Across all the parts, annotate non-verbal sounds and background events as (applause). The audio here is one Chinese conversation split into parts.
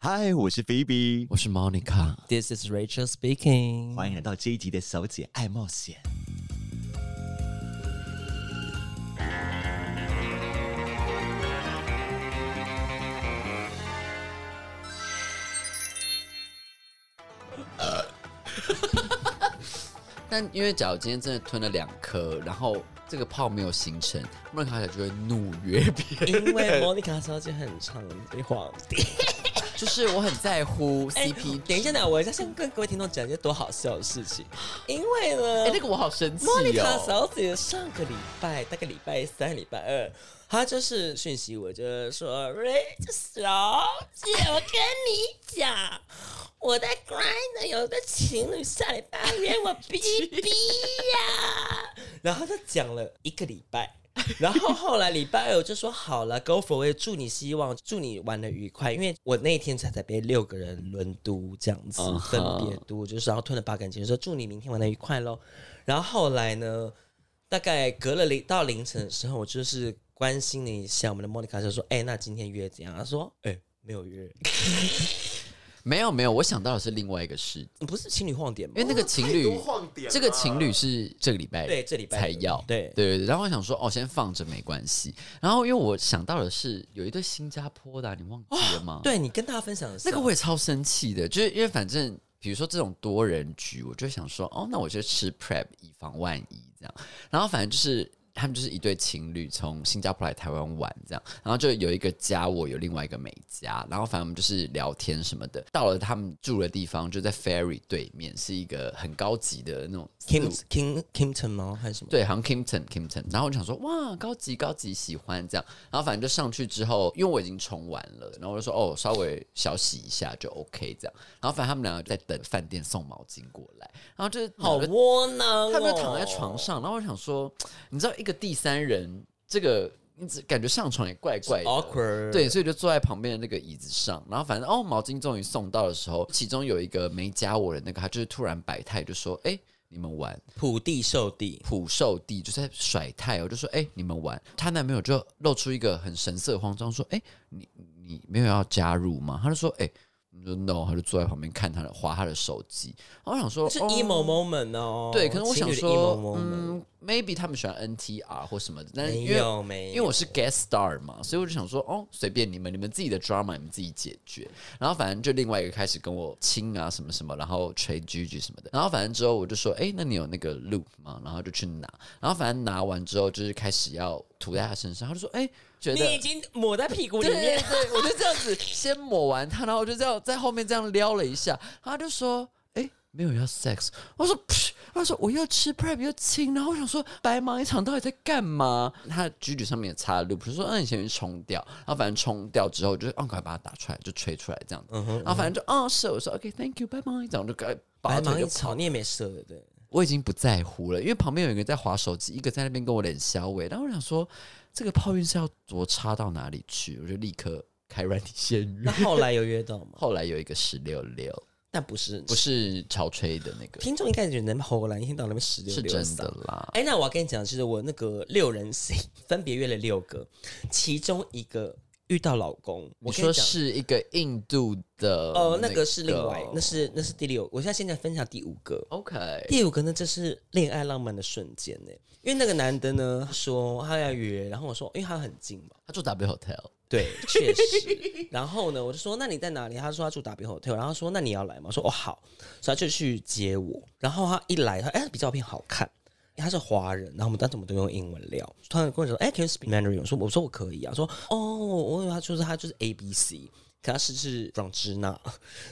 嗨，我是菲比，我是 Monica， This is Rachel speaking。欢迎来到这一集的《小姐爱冒险》。但因为假如今天真的吞了两颗，然后这个泡没有形成，莫妮卡小姐就会怒曰别人。因为 Monica 小姐很常被晃。就是我很在 (laughs) 乎 (laughs) 哎 CP 值。等一下，呢，我要先跟各位听众讲一件多好笑的事 (laughs) 情，因为呢，哎、那个我好生气 Monica 哦。小姐上个礼拜，大概礼拜三、礼拜二，她就是讯息我，就是说 Rich 小姐，我跟你讲，我在 Grind 有个情侣下礼拜约我 B B 啊呀、然后她就讲了一个礼拜。然后后来礼拜二我就说好了，Go for it，祝你希望，祝你玩的愉快。因为我那一天才才被六个人轮督这样子嗯分哼别读，就是然后吞了八根金，说祝你明天玩的愉快喽。然后后来呢，大概隔了凌到凌晨的时候，我就是关心了一下我们的莫妮卡，就说：“哎、那今天约怎样？”她说：“哎、没有约，没有没有，我想到的是另外一个事，不是情侣晃点吗？”因为那个情侣多晃点，这个情侣是这个礼拜对这礼拜的才要，对对对。然后我想说，哦，先放着没关系。然后因为我想到的是有一对新加坡的啊、你忘记了吗？对你跟大家分享的是那个我也超生气的，就是因为反正比如说这种多人局，我就想说，哦，那我就吃 prep 以防万一这样。然后反正就是他们就是一对情侣从新加坡来台湾玩这样，然后就有一个加我，有另外一个美加，然后反正我们就是聊天什么的。到了他们住的地方，就在 ferry 对面，是一个很高级的那种四五 Kim Kim Kimton 吗？还是什么？对，好像 Kimpton Kimpton，然后我就想说哇，高级高级，喜欢这样，然后反正就上去之后，因为我已经冲完了，然后我就说哦，稍微小洗一下就 OK 这样，然后反正他们两个在等饭店送毛巾过来，然后就是好窝囊、哦，他们就躺在床。上，然后我想说，你知道一个第三人这个。你只感觉上床也怪怪的 Awkward 对，所以就坐在旁边的那个椅子上，然后反正哦，毛巾终于送到的时候，其中有一个没加我的那个，他就是突然摆态就说：“哎、你们玩。”普地受地，普受地就在甩太，我就说：“哎、你们玩。”她男朋友就露出一个很神色慌张，说：“哎、你你没有要加入吗？”他就说：“哎、我说 no。”他就坐在旁边看他的，划他的手机。然后我想说：“是哦 emo moment 哦。对，可能我想情侣的 emo 说， moment 嗯，maybe 他们喜欢 NTR 或什么的，但是没因为有没有，因为我是 guest star 嘛，所以我就想说，哦，随便你们，你们自己的 drama 你们自己解决。然后反正就另外一个开始跟我亲啊什么什么，然后吹 GG 什么的。然后反正之后我就说，哎、那你有那个 loop 吗？然后就去拿。然后反正拿完之后就是开始要涂在他身上，他就说，哎、觉你得。已经抹在屁股里对对面，对，我就这样子先抹完它，然后我就这样在后面这样撩了一下，然后他就说：“哎、没有要 sex。”我说：“噗他说我又吃 prep 又亲，然后我想说白忙一场到底在干嘛？他举举上面也插了 loop，就说嗯，你先去冲掉，然后反正冲掉之后就是嗯，赶快把它打出来，就吹出来这样子，然后反正就嗯是，我说 OK，thank、you，拜拜，这样我就赶快拔白忙腿一就跑场，。你也没射对不 (laughs) 对？我已经不在乎了，因为旁边有一个人在划手机，一个在那边跟我脸消尾，然后我想说这个泡运是要多差到哪里去，我就立刻开软体限约 (laughs) 那。后来有约到吗？后来有一个十六六，但不是，不是潮吹的那个，听众一开始觉得后来一天到晚那边十六是六真的三。啦。哎、那我要跟你讲，就是我那个六人行分别约了六个，其中一个遇到老公，我你跟你说讲，是一个印度的，哦，那个是另外，那是那是第六，我现在现在分享第五个。 OK，第五个呢，这是恋爱浪漫的瞬间呢，因为那个男的呢说他要约，然后我说，因为他很近嘛，他住 W Hotel，对，确实。然后呢，我就说那你在哪里？他说他住 W Hotel，然后说那你要来吗？我说哦好，所以他就去接我。然后他一来，他哎比照片好看，他是华人，然后我们当时我们都用英文聊。突然跟我说哎，Can you speak Mandarin？我说我说我可以啊。说哦，我以为他就是他就是 A B C，可他是是 from 支那，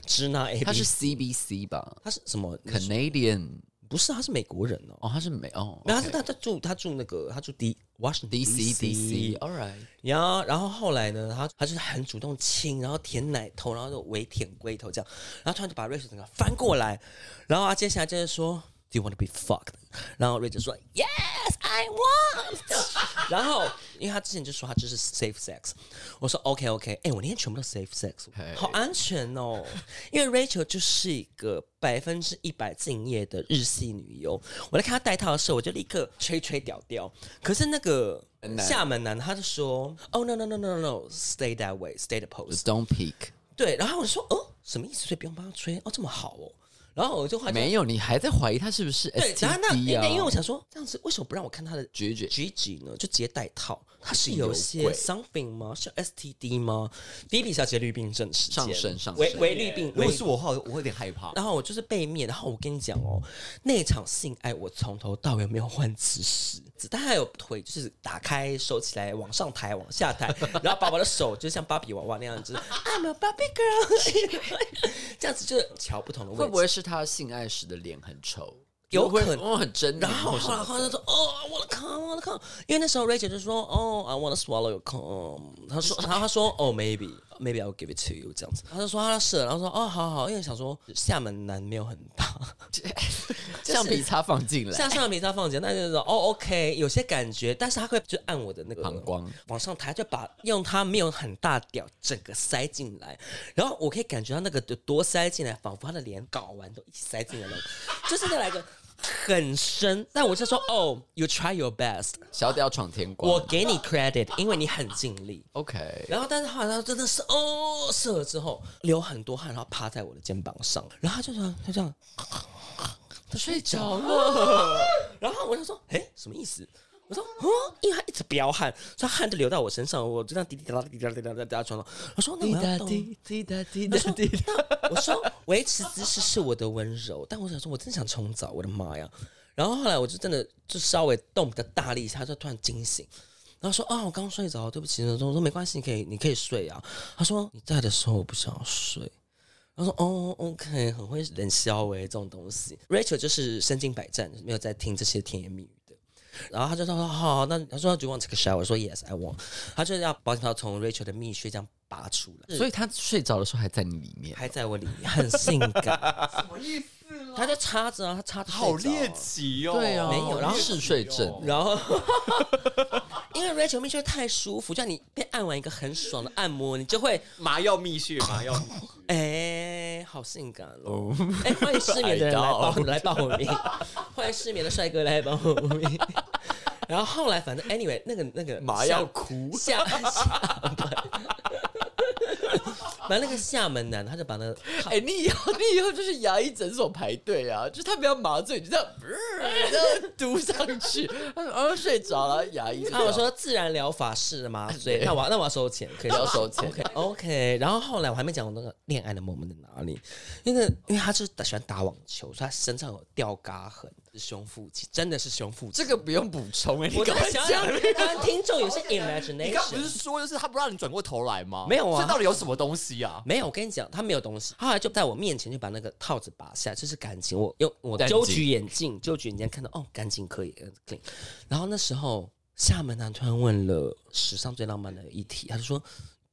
支那 A 他 B 是 C， CBC 吧他是什么？ ？Canadian 不是，他是美国人哦。哦，他是美哦，没有，他是他他住他住那个他住 D Washington DC DC DC。All right，然后，然后后来呢，他他就是很主动亲，然后舔奶头，然后就微舔龟头这样，然后突然就把瑞雪整个翻过来，然后啊，接下来就是说，Do you want to be fucked？然后瑞姐说，Yes, I want。然 (laughs) 后，因为他之前就说他就是 safe sex，我说 OK OK，哎、我那天全部都 safe sex，嘿好安全哦。 (laughs) 因为 Rachel 就是一个百分之一百敬业的日系女优，我在看她戴套的时候，我就立刻吹吹屌屌。可是那个很难下。厦门男，他就说：“Oh no no no no no, stay that way, stay the pose。嗯 Don't peek。”对，然后我就说哦，什么意思？所以不用帮他吹哦，这么好哦。然后我就后来就没有，你还在怀疑他是不是对，然后那 STD 啊？因为我想说，这样子为什么不让我看他的绝绝 G G 呢？就直接戴套，他是一定有有些鬼 something 吗？是 S T D 吗？第一笔小姐绿病症时间上升上为升为绿病，如为果是我的话，我会有点害怕。然后我就是被灭，然后我跟你讲哦，那场性爱我从头到尾没有换姿势，只但还有腿就是打开收起来，往上抬，往下抬， (laughs) 然后把我的手就像芭比娃娃那 (laughs) 样子，I'm a Barbie girl，这样子就是瞧不同的位置。会不 (laughs) (laughs) 会是他性爱时的脸很丑？有可能能很狰狞。然后什后么来后来就说哦，我的 come，我的 come，因为那时候 Rachel 就说哦，I wanna swallow your come，他说他他说哦，maybe，maybe I'll give it to you 这 (laughs) 样子，他就说他是，然后说哦，好好，因为想说厦门南没有很大，就是橡皮擦放进来，向上没他放进，那就是说哦，OK，有些感觉，但是他会就按我的那个膀胱往上抬，就把用他没有很大屌整个塞进来，然后我可以感觉到那个有多塞进来，仿佛他的脸睾丸都一起塞进来了， (laughs) 就是那来个很深。但我就说哦，You try your best，小屌闯天关。我给你 credit，因为你很尽力。 OK，然后，但是后来他真的是哦，射了之后流很多汗，然后趴在我的肩膀上，然后他就这样，他就这样，他睡着了。然后我就说，哎，什么意思？我说，哦，因为他一直飙汗，所以汗就流到我身上，我就这样滴滴答答滴滴答答滴答答滴答床上。我说，那滴我答要动。滴滴答滴我答说滴答，那我说维持姿势是我的温柔，但我想说，我真想冲澡，我的妈呀！然后后来我就真的就稍微动比较大力一下，他就突然惊醒，然后说：“啊、我刚睡着，对不起。”我说：“我说没关系，你可以，你可以睡啊。”他说：“你在的时候我不想睡。”他说：“哦，OK，很会冷笑诶，这种东西。”Rachel 就是身经百战，没有在听这些甜言蜜语的。然后他就说：“好好，好那他说 Do you want to take a shower？” 我说：“Yes, I want。”他就要保险套从 Rachel 的蜜穴这样拔出来，所以他睡着的时候还在你里面。还在我里面，很性感。他就插着啊，他插着好睡着啊猎奇哦！对啊，没有然后嗜睡症，然后， (laughs) 因为 Rachel 蜜穴太舒服，就像你被按完一个很爽的按摩，你就会麻药蜜穴，麻药蜜穴。哎、好性感哦！哎、欢迎失眠的人来报来报名，欢迎失眠的帅哥来报名。 (laughs) 然后后来反正 anyway 那个那个麻下药哭。厦厦门， (laughs) 反正那个厦门男他就把那个哎、你以后 (laughs) 你以后就是牙医诊所排队啊，就是他们要麻醉，你就这样，呃这 (laughs) 样嘟上去，他说哦睡着了，牙医。那我说自然疗法式的麻醉，那我那我要收钱，可以要收钱 OK OK，然后后来我还没讲我那个恋爱的 moment 在哪里，因为因为他就是喜欢打网球，所以他身上有吊嘎痕，是胸腹肌，真的是胸腹肌。这个不用补充哎、你我赶在快想讲。想，当听众有些你刚不 imagination 是。说，就是他不让你转过头来吗？没有啊这到底有什么东西啊？没有，我跟你讲，他没有东西。后来就在我面前就把那个套子拔下，这是感情。我用我干净揪举眼 (laughs) 镜，揪举眼镜看到哦，干净可以呃 clean。然后那时候厦门男突然问了史上最浪漫的一题，他就说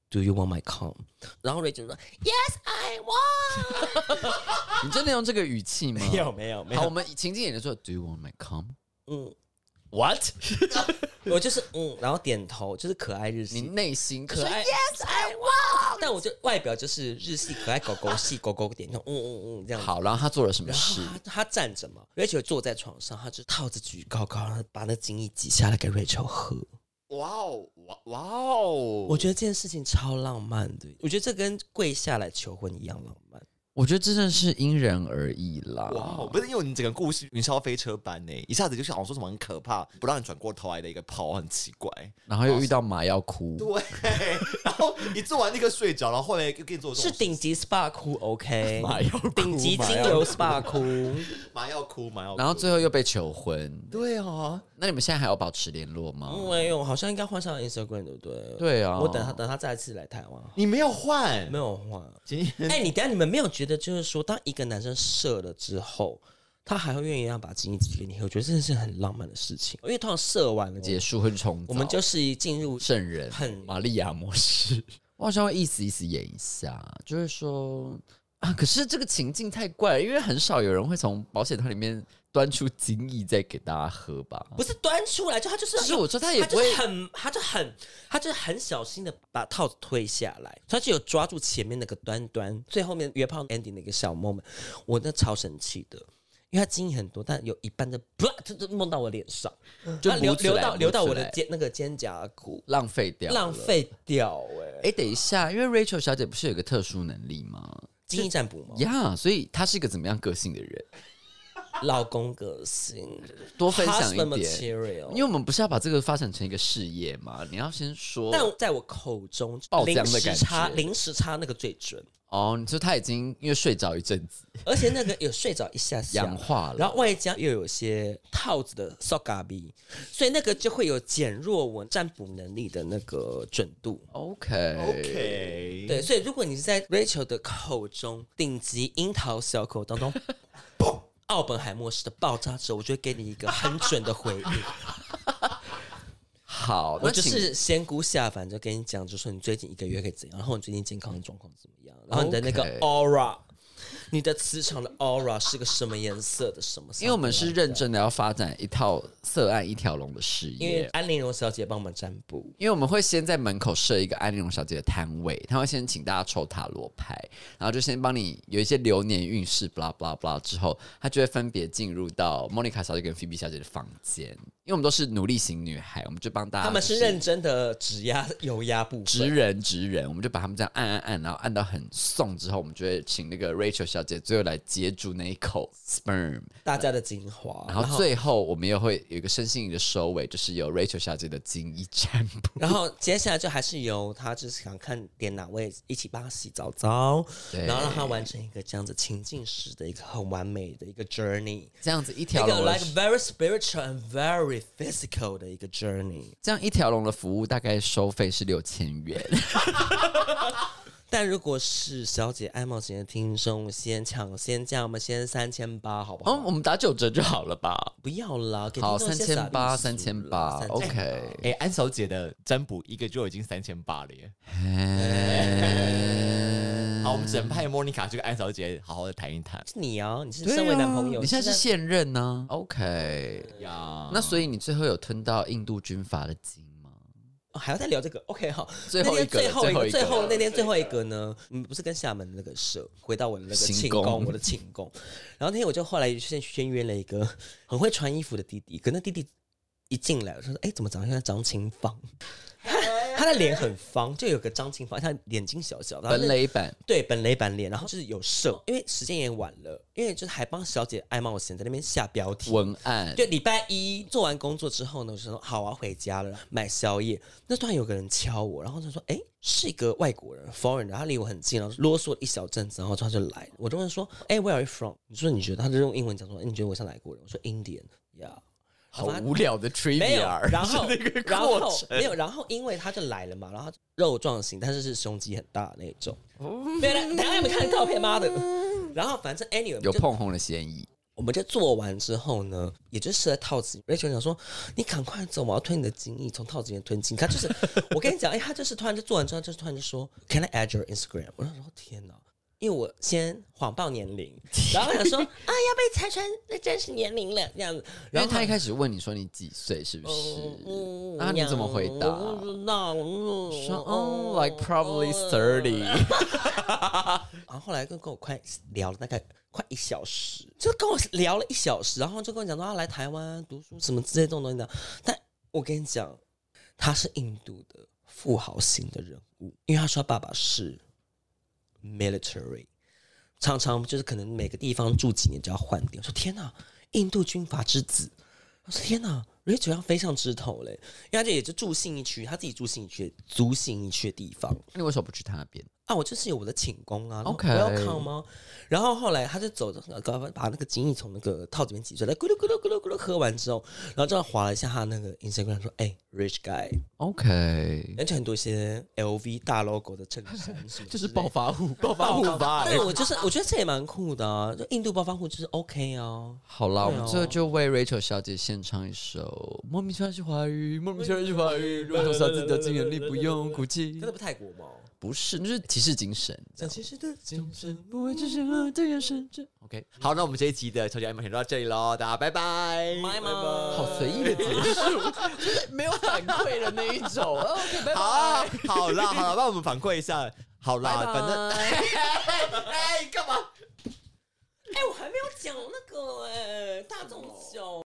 Do you want my cum？然后 Ray 就说 Yes I want。你真的用这个语气吗？没有没好，我，们情景演的时候，Do you want my cum？嗯， What？我就是嗯，然后点头，就是可爱日你系。内心可爱，Yes I want，但我就外表就是日系可爱狗狗系狗狗点，那种嗯嗯嗯这样子。好，然后他做了什么然后事？他他站着嘛，Rachel 坐在床上，他就套着举高高，然后把那精液挤下来给 Rachel 喝。 (laughs) 哇哦，哇哇哦！我觉得这件事情超浪漫的，我觉得这跟跪下来求婚一样浪漫。我觉得真的是因人而异啦。哇哦，不是因为你整个故事云霄飞车般呢，一下子就想说什么很可怕，不让你转过头来的一个炮，很奇怪。然后又遇到麻药哭，对， (laughs) 然后一做完立刻睡着，然后后来又给你做这是种事顶级 SPA 哭 (laughs)，OK？麻药哭 (laughs) 顶级精油 SPA 哭，麻药哭，麻药哭。然后最后又被求婚。对啊，那你们现在还要保持联络吗？没有，好像应该换上 Instagram 对不对？对啊嗯我等他等他再次来台湾，你没有换没，有换。今天哎、你等一下你们没有觉得，就是说，当一个男生射了之后，他还会愿意让把精液挤给你，我觉得真的是很浪漫的事情。因为通常射完了结束婚重我们造就是进入圣人很玛利亚模式。我好像会意思意思演一下，就是说啊，可是这个情境太怪了，因为很少有人会从保险套里面端出精液再给大家喝吧。不是端出来，就他就是就是我说他也他不就会是很，他就很，他就是很小心的把套子推下来，他就有抓住前面那个端端，最后面约炮 ending 的一个小 moment，我那超生气的。因为他精液很多，但有一半的不，就就弄到我脸上，嗯就它流鼓起来流到鼓起流到我的来肩那个肩胛骨，浪费掉，浪。费掉哎、欸，哎，等一下，因为 Rachel 小姐不是有一个特殊能力吗？精液占卜吗？呀、所以她是一个怎么样个性的人？老公个性，多分享 Husband 一点， material，因为我们不是要把这个发展成一个事业吗？你要先说。但在我口中爆浆的零感觉时差零时差那个最准，哦，你说她已经因为睡着一阵子，而且那个有睡着一下下氧化了然后外加又有些套子的 soga b，所以那个就会有减弱我占卜能力的那个准度。 OK OK，对，，所以如果你是在 Rachel 的口中顶级樱桃小口 (laughs) 当中，砰，奥本海默式的爆炸之后，我就会给你一个很准的回应。 (laughs) 好，我那就请是仙姑下凡，就跟你讲，就说你最近一个月可以怎样，然后你最近健康的状况怎么样，然后你的那个 OK aura，你的磁场的 aura 是个什么颜色的什么？因为我们是认，真的要发展一套色暗一条龙的事因为业。安陵容小姐帮我们占卜，因为我们会先在门口设一个安陵容小姐的摊位，她会先请大家抽塔罗牌，然后就先帮你有一些流年运势，blah blah blah 之后，她就会分别进入到莫妮卡小姐跟菲比小姐的房间。因为我们都是努力型女孩，我们就帮大家、他们是认真的指压 (laughs) 油压部直分。啊人直人，我们就把他们这样按按按，然后按到很送之后，我们就会请那个 Rachel 小姐最后来接住那一口 sperm，大家的精华，然后最后我们又会有一个身心灵的收尾，就是由 Rachel 小姐的精一占卜。然后接下来就还是由他就是想看点哪位一起帮他洗澡澡，对然后让他完成一个这样子情境式的一个很完美的一个 journey， (laughs) 这样子一一条龙个的 like very spiritual and very physical 的一个 journey。这样一条龙的服务大概收费是六千 (laughs) 元。但如果是小姐爱冒险的听众，先抢先价，我们先三千八，好不好？嗯，我们打九折就好了吧？不要啦，给好，听众三一些千八，傻三逼数千啦八3800 (laughs) ，OK。哎、安小姐的占卜一个就已经三千八了耶。好，我们只嗯能派莫妮卡去跟安小姐好好的谈一谈是你哦，你是对啊身为男朋友，嗯你现在是现任呢？OK。呀。那所以你最后有吞到印度军阀的金吗？哦还要再聊这个？OK 好，最后一个那天最后一个，最后最一个后那天最后一个呢？嗯，不是跟厦门的那个社，回到我的那个寝寝宫宫，我的寝宫。然后那天我就后来先先约了一个 (laughs) 很会穿衣服的弟弟，可那弟弟一进来，我就说：“哎，怎么长得像张清芳？” (laughs) 他的脸很方，就有个张清芳，他眼睛小小，然后本那垒版对，本垒版脸，然后就是有射，因为时间也晚了，因为就是还帮小姐爱冒险在那边下标题。文案就礼拜一做完工作之后呢，我就说好，我要回家了，买宵夜。那突然有个人敲我，然后就说：“哎，是一个外国人，foreign，然后他离我很近，然后啰嗦了一小阵子，然后他就来，我就问说：哎，where are you from？你说你觉得？他就用英文讲说：哎你觉得我像哪一国人？我说 Indian 好呀、无聊的没有 trivia，，然 (laughs) 后是那个然过后程没有，然后因为他就来了嘛，然后他肉壮型，但是是胸肌很大的那种。哦对了，大家有没有看照片？妈的！然后反正 anyway 我们有就碰红的嫌疑。我们就做完之后呢，也就是在套子。Rachel 想说：“你赶快走，我要吞你的精液，从套子里面吞进。”他就是我跟你讲，哎、他就是突然就做完之后，就是突然就说：“Can I add your Instagram？” 我想说：“天哪！”因为我先谎报年龄，然后想说啊，要被拆穿那真实年龄了这样子。因然为后他一开始问你说你几岁，是不是？那你怎么回答？我不知道。嗯说哦，like probably thirty。 (laughs) 然后后来跟跟我快聊了大概快一小时，就跟我聊了一小时，然后就跟我讲说啊他来台湾读书什么之类这种东西的。但我跟你讲，他是印度的富豪型的人物，因为他说他爸爸是 military，常常就是可能每个地方住几年就要换掉。我说天哪，印度军阀之子！我说天哪，Rachel 要飞上枝头嘞！因为他就也就住信义区，他自己住信义区，租信义区的地方。那你为什么不去他那边？啊，我就是有我的寝宫啊 OK 我要靠吗？然后后来他就走着，把那个精液从那个套子里面挤出来，咕噜咕噜咕噜咕噜喝完之后，然后这样划了一下他那个 Instagram 说，哎、r i c h guy， (laughs) OK，而且很多一些 LV 大 logo 的衬衫什么，就是暴。发户，暴发户吧。但我就是我觉得这也蛮酷的啊，就印度暴发户就是 OK 啊， (laughs) 好啦，我对啊们最后就为 Rachel 小姐献唱一首《莫名其妙是华语》，莫名其妙是华语，如同小自己的精眼力，不用哭泣真。的不泰国吗？不是，那就是骑士精神。讲其实的精神不会只是我的眼神，这 OK，好，那我们这一集的超级爱冒险就到这里喽，大家拜拜，拜拜好随意的结束，就是没有反馈的那一 (laughs) 种。OK，拜好啊拜。，好啦，好啦，帮我们反馈一下。啊好啦，拜拜反正哎，干嘛？哎、我还没有讲有那个哎、大众酒。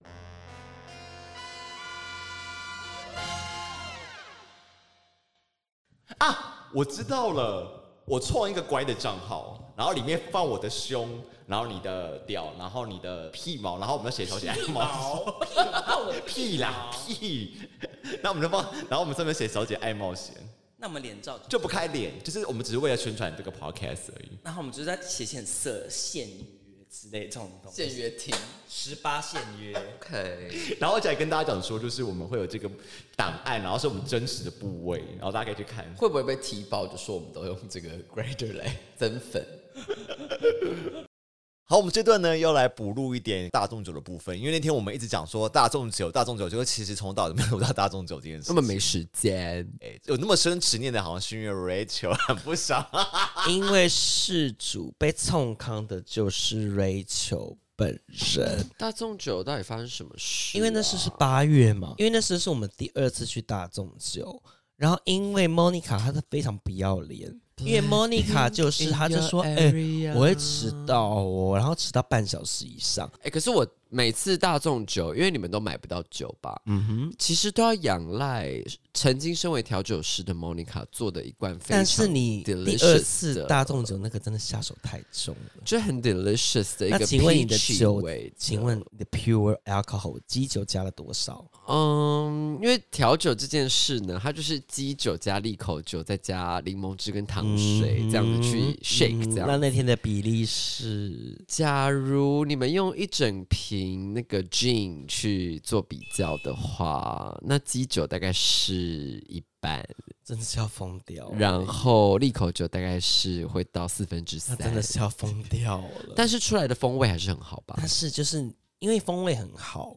我知道了，我创一个乖的账号，然后里面放我的胸，然后你的屌，然后你的屁毛，然后我们要写手写爱猫，屁啦屁，那我们就放，然后我们上面写小姐爱冒险，那我们脸照，就不开脸，就是我们只是为了宣传这个 podcast 而已。然后我们就在写线色、限约之类这种东西，见约听十八限约， (laughs) ，OK，然后而且还跟大家讲说，就是我们会有这个档案，然后是我们真实的部位，然后大家可以去看。会不会被踢爆？就说我们都用这个 (laughs) grader 来增粉，好，我们这段呢要来补录一点大众酒的部分，因为那天我们一直讲说大众酒、大众酒，结果其实从头到尾都没有到大众酒这件事那情。么没时间。哎有那么深执念的，好像是因为 Rachel (laughs) 很不爽。因为事主被冲康的就是 Rachel 本人，大众酒到底发生什么事啊、因为那时是八月嘛，因为那时是我们第二次去大众酒，然后因为 Monica 她是非常不要脸，因为 Monica 就是她就说，哎、我会迟到哦，然后迟到半小时以上，哎、可是我每次大众酒，因为你们都买不到酒吧，嗯哼，其实都要仰赖曾经身为调酒师的 Monica 做的一罐非常，但是你第二次的，大众酒那个真的下手太重了。就很 delicious 的一那个 p 请问你的 e 酒味道，请问你的 pure alcohol 基酒加了多少？嗯，因为调酒这件事呢，它就是基酒加利口酒，再加柠檬汁跟糖水、这样子去 shake 这样嗯那那天的比例是假如你们用一整瓶那个 gin 去做比较的话，那基酒大概是一半，真的是要疯掉，然后利口酒大概是会到四分之那三，真的是要疯掉了。但是出来的风味还是很好吧但？是就是因为风味很好，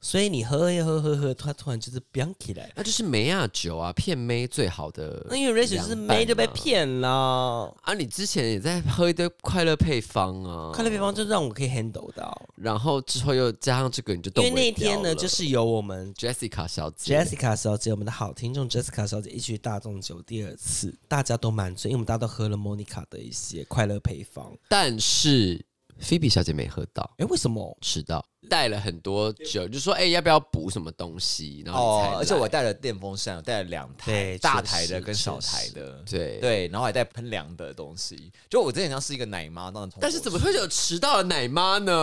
所以你喝一喝喝喝，它突然就是飙起来。那就是梅亚酒啊，骗妹最好的。那因为 Rachel 就是没就被骗了，啊，你之前也在喝一堆快乐配方啊，快乐配方就让我可以 handle 到。然后之后又加上这个，你就因动为不了那天呢，了就是由我们 Jessica 小姐 Jessica 小姐，我们的好听众 Jessica 小姐一起去大众酒第二次，大家都蛮醉，因为我们大家都喝了 Monica 的一些快乐配方。但是 Phoebe 小姐没喝到。哎，为什么？迟到，带了很多酒，就说哎、要不要补什么东西，然后你才哦来、，而且我带了电风扇，我带了两台对大确台的实跟小确台实的，对对，然后还带喷凉的东西。就我之前像是一个奶妈那种，但是怎么会有迟到的奶妈呢？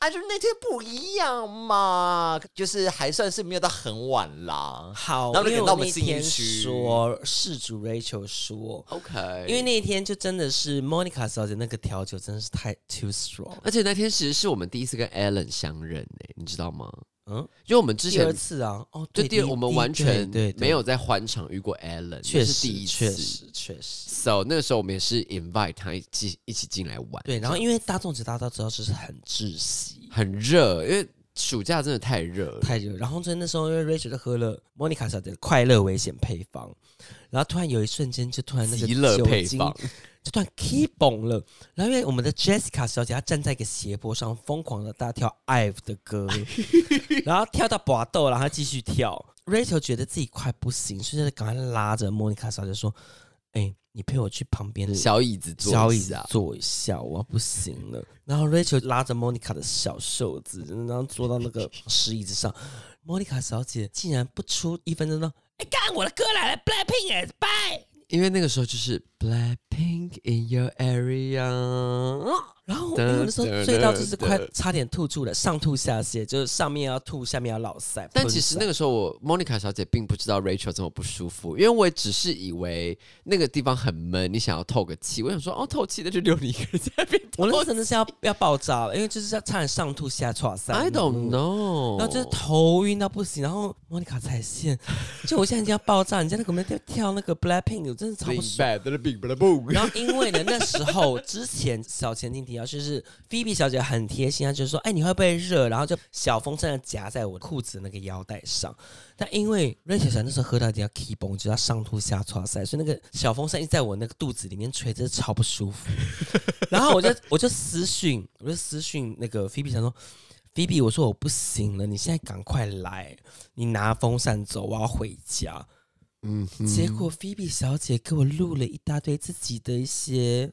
啊？就是那天不一样嘛，就是还算是没有到很晚啦。好，然后就因为给到我们那信义天区说事主 Rachel 说 OK，因为那一天就真的是 Monica 小姐那个调酒真的是太 too strong，而且那天其实是我们第一次跟 Allen 相认诶、你知道吗？嗯，因为我们之第二前次啊，哦，就对第二，第我们第完全对对对没有在欢场遇过 Allen，确是实第一次。确实确实 So 那个时候我们也是 invite 他一起一起进来玩，对，然后因为大众酒大家都知道就是很窒息。很热，因为暑假真的太热了。太热，然后所以那时候因为 Rachel 就喝了 Monica 小姐的快乐危险配方，然后突然有一瞬间就突然那个极乐酒配精方就突然 keep 崩了，然后因为我们的 Jessica 小姐她站在一个斜坡上疯狂的大跳 IVE 的 (laughs) 歌，然后跳到拔豆，然后她继续跳。Rachel 觉得自己快不行，所以就赶快拉着 Monica 小姐说：“哎、你陪我去旁边的小椅子坐小一椅子下坐一下，我要不行了。然后 Rachel 拉着 Monica 的小袖子，然后坐到那个石椅子上。Monica 小姐竟然不出一分钟说：“哎、干我的歌来了，Blackpink 哎，拜。因为那个时候就是 Blackpink in your area，” 然后因为我那时候醉到就是快差点吐出了，上吐下泻，就是上面要吐，下面要老塞。但其啊实那个时候我 Monica 小姐并不知道 Rachel 这么不舒服，因为我也只是以为那个地方很闷，你想要透个气。我想说哦，透气那就留你一个人在那 (laughs) 边我那时透候气。真的是要要爆炸了，因为就是要差点上吐下唰塞。 I don't 然后就是 know，头晕到不行，然后莫妮卡踩线，就我现在已经要爆炸，你在那个门跳跳那个 Blackpink，我真的超不爽。然后因为呢，那时候之前小前进提到，就是菲比小姐很贴心，她就说：“哎，你会不会热？”然后就小风扇夹在我裤子那个腰带上。但因为 Rachel 小那时候喝到一定要 keep 崩，就是要上吐下唰塞，所以那个小风扇一直在我那个肚子里面吹，真的超不舒服。 (laughs) 然后我就我就私讯，我就私讯那个菲比想说。菲比，我说我不行了，你现在赶快来，你拿风扇走，我要回家。嗯哼，结 (laughs) 果菲比小姐给我录了一大堆自己的一些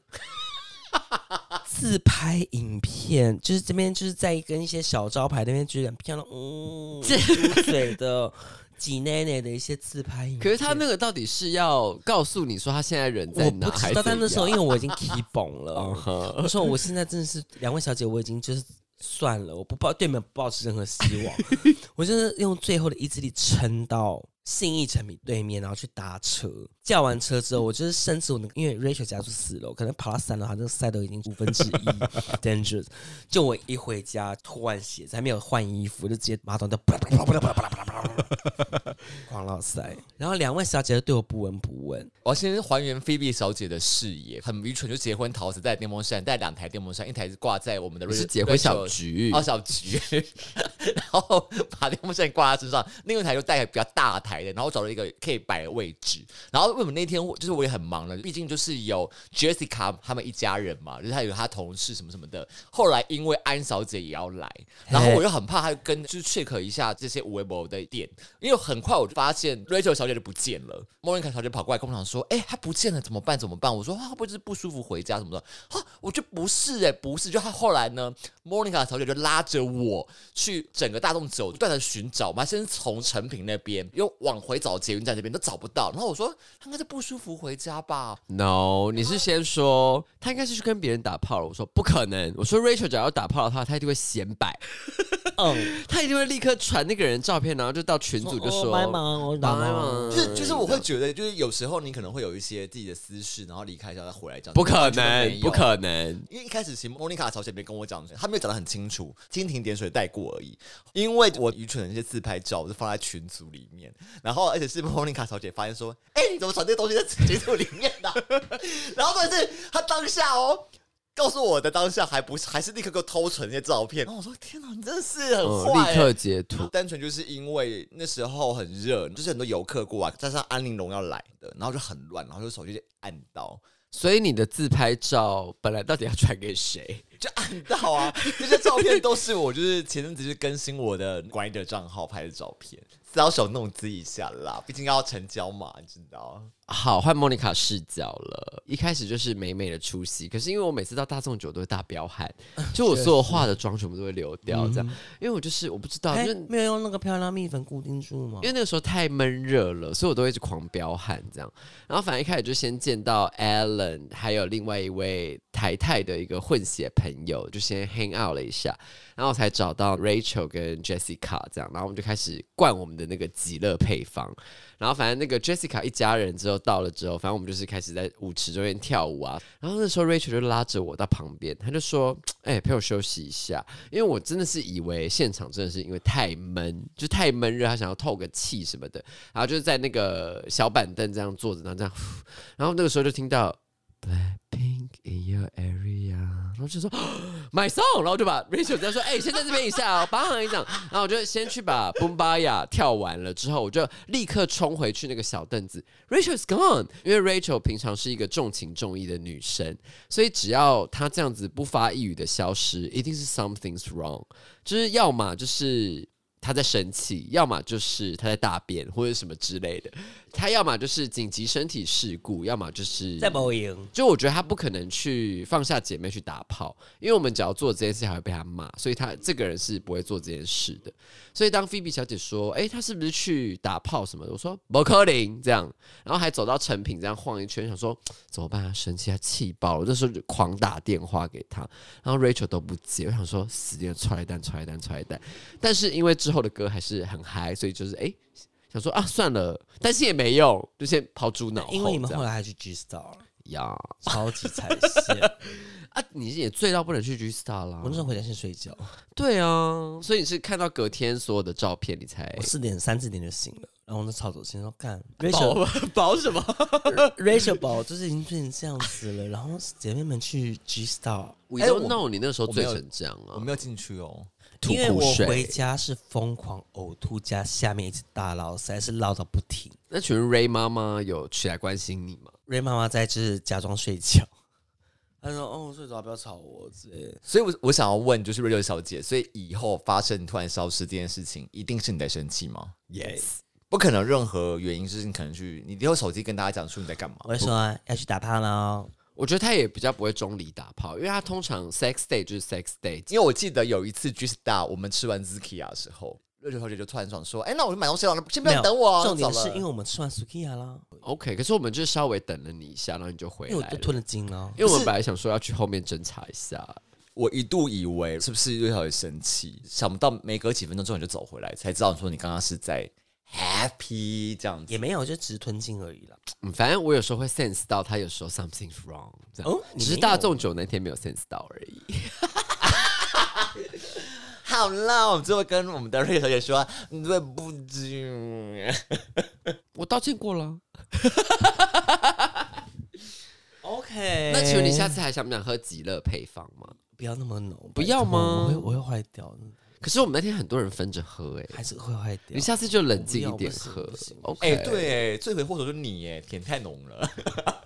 自拍影片，就是这边就是在跟一些小招牌那边就是很 (laughs) 漂亮，嗯，嘟嘴的挤奶奶的一些自拍影片。可是他那个到底是要告诉你说他现在人在我哪？不还知是道，但那怎时候因样为我已经提崩 (laughs) 嗯了，哼我说我现在真的是两位小姐，我已经就是算了，我不抱对你们不抱持任何希望， (laughs) 我就是用最后的意志力撑到信义城里对面，然后去搭车。叫完车之后，我就是甚至我能，因为 Rachel 家住四楼，可能跑到三楼，她那个塞都已经五分 (laughs) 之一 dangerous。就我一回家脱完鞋子，还没有换衣服，就直接 (laughs) 马桶就啪啦啪啦啪啦啪啦啪啦啪啦啪啦啪啦，狂老塞。然后两位小姐就对我不闻不问，我要先还原菲比小姐的视野，很愚蠢，就结婚陶瓷带电风扇，带两台电风扇，一台是挂在我们的你 Rachel- 是结婚小 Rachel- 局哦，小菊，然后把电风扇挂在身上，另一台就带比较大台的，然后找了一个可以摆的位置。然后为什么那天我就是我也很忙了，毕竟就是有 Jessica 他们一家人嘛，就是他有他同事什么什么的。后来因为安小姐也要来，然后我又很怕她跟就是 check 一下这些无微博的店，因为很快我就发现 Rachel 小姐就不见了，莫妮卡小姐跑过来跟我讲说：“哎、她不见了，怎么办？怎么办？”我说：“啊她会不会就是不舒服回家什么的？”啊，我觉得不是哎、不是。就她后来呢，莫妮卡小姐就拉着我去整个大众走，不断的寻找嘛，先从成品那边又往回找捷运站这边都找不到，然后我说：“她应该是不舒服回家吧？” ？No，你是先说他应该是去跟别人打炮了。我说不可能，我说 Rachel 只要打炮的话，他一定会显摆，嗯，他一定会立刻传那个人照片，然后就到群哦组就说。拜忙，我拜忙拜就是就是我会觉得，就是有时候你可能会有一些自己的私事，然后离开一下再回来这样子，不可完全都能没，有不可能！因为一开始其实莫妮卡小姐没跟我讲，她没有讲得很清楚，蜻蜓点水带过而已。因为我愚蠢的那些自拍照，我就放在群组里面，然后而且是莫妮卡小姐发现说：“哎、你怎么传这个东西在群组里面的、 (laughs) 然后但是她当下哦。告诉我的当下还不是，还是立刻给我偷存那些照片。然后我说：“天哪，你真的是很嗯，坏、欸立刻截图。单纯就是因为那时候很热，就是很多游客过来，加上安陵容要来的，然后就很乱，然后就手机就按到，所以你的自拍照本来到底要传给谁？就按到 (laughs) 啊！那些照片都是我就是前阵子就更新我的 Grinder 账号拍的照片，搔首弄姿一下啦，毕竟要成交嘛，你知道？嗯好，换莫妮卡视角了。一开始就是美美的出席，可是因为我每次到大众酒都会大彪悍，就我所有化的妆全部都会流掉，这样。因为我就是我不知道，哎就没有用那个漂亮蜜粉固定住吗因？为那个时候太闷热了，所以我都会一直狂飙汗这样。然后反正一开始就先见到 Alan，还有另外一位台泰的一个混血朋友，就先 hang out 了一下，然后才找到 Rachel 跟 Jessica 这样，然后我们就开始灌我们的那个极乐配方。然后反正那个 Jessica 一家人之后到了之后，反正我们就是开始在舞池中间跳舞啊。然后那时候 Rachel 就拉着我到旁边，他就说：“哎、陪我休息一下，因为我真的是以为现场真的是因为太闷，就太闷热，他想要透个气什么的。然后就是在那个小板凳这样坐着，然后这样， (sighs) 呼然后那个时候就听到 Blackpink in your area，然后就说 (gasps) My song，然后就把 Rachel 这样说，哎、先在这边一下哦，帮上一掌。然后我就先去把 b o o m b a y a 跳完了之后，我就立刻冲回去那个小凳子。Rachel's gone，因为 Rachel 平常是一个重情重义的女生，所以只要她这样子不发一语的消失，一定是 something's wrong，就是要么就是她在生气，要么就是她在大便或者什么之类的，她要么就是紧急身体事故，要么就是在某营，就我觉得她不可能去放下姐妹去打炮，因为我们只要做这件事还会被她骂，所以她这个人是不会做这件事的。所以当菲比小姐说：“哎、她是不是去打炮什么的？”我说：“不可能。”这样，然后还走到成品这样晃一圈，想说怎么办？她生气，她气爆了。我这时候就狂打电话给她，然后 Rachel 都不接，我想说死定了，踹一蛋，踹一蛋，踹一蛋。但是因为之后的歌还是很嗨，所以就是哎、想说啊算了，但是也没用，就先抛诸脑后这样。因为你们后来还去 G Star，呀 (laughs) 超级踩线。啊，你也醉到不能去 G Star 啦 (laughs) 我那。时候回家先睡觉，对啊，所以你是看到隔天所有的照片，你才我四点三四点就醒了，然后我就超走心说干 Rachel (laughs) 保保什 (laughs) 么？ Rachel 宝就是已经变成这样子了，然后姐妹们去 G Star， (laughs) 我哎都我 know 你那时候醉我没有成这样我啊，没有进去哦，吐因为苦我回水。家是疯狂呕吐加下面一直大闹，实在是闹到不停。那请问 Ray 妈妈有起来关心你吗？瑞妈妈在就是假装睡觉，她说：“哦，我睡着了不要吵我。”之类的。所以我我想要问，就是 Radio 小姐，所以以后发生突然消失这件事情，一定是你在生气吗？ Yes，不可能，任何原因就是你可能去，你丢手机跟大家讲说你在干嘛。我就说要去打炮了哦。我觉得他也比较不会中离打炮，因为他通常 sex day 就是 sex day，因为我记得有一次 G Star 我们吃完 Zkia 的时候，瑞秋小姐就突然想说：“哎、那我去买东西了，先不没要有等我、啊。”重点走了是因为我们吃完 Sukiya 啦， OK，可是我们就是稍微等了你一下，然后你就回因为我来都了。吞了金了。因为我们本来想说要去后面侦查一下，我一度以为是不是瑞秋小姐生气，想不到没隔几分钟之后你就走回来，才知道你说你刚刚是在 happy 这样子。也没有，就只是吞金而已啦。嗯，反正我有时候会 sense 到他有时候 something's wrong，这样，哦你只是没有大众酒那天没有 sense 到而已。好啦，我们最后跟我们的瑞秋小姐说：“嗯对不起。”我道歉过了。 (laughs) OK，那请问你下次还想不想喝极乐配方吗？不要那么浓，不要吗拜托我会我会坏掉的，可是我们那天很多人分着喝、哎，还是会坏掉。你下次就冷静一点我喝不要不行。哎不 OK，，哎对，罪魁祸首就是你耶，甜太浓了。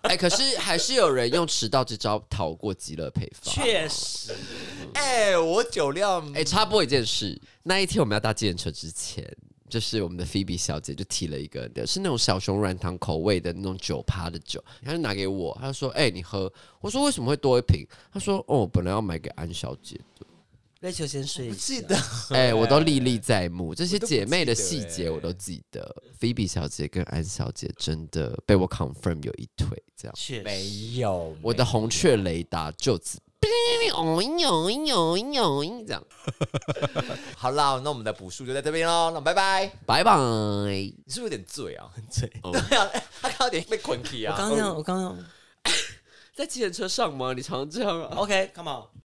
哎，可是还是有人用迟到这招逃过极乐配方。确实， (laughs) 哎、我酒量，哎、插播一件事，那一天我们要搭计程车之前，就是我们的菲比小姐就提了一个，是那种小熊软糖口味的那种酒趴的酒，她就拿给我，她就说：“哎、你喝。”我说：“为什么会多一瓶？”她说：“哦，我本来要买给安小姐的。瑞秋先睡一下。哎、我都历历在目，这些都不姐妹的记细得节哎我都记得。菲比小姐跟安小姐真的被我 confirm 有一腿，这样。确实，没有， (laughs) 我的红雀雷达就此，哦呦呦呦，这样，好啦，那我们的补数就在这边喽，那拜拜。拜拜。你是不是有点醉 (laughs) 啊？对对啊，他刚刚有点被捆起我啊。刚刚这样，我刚刚在计程车上吗？你常常这样啊？ OK，Come on。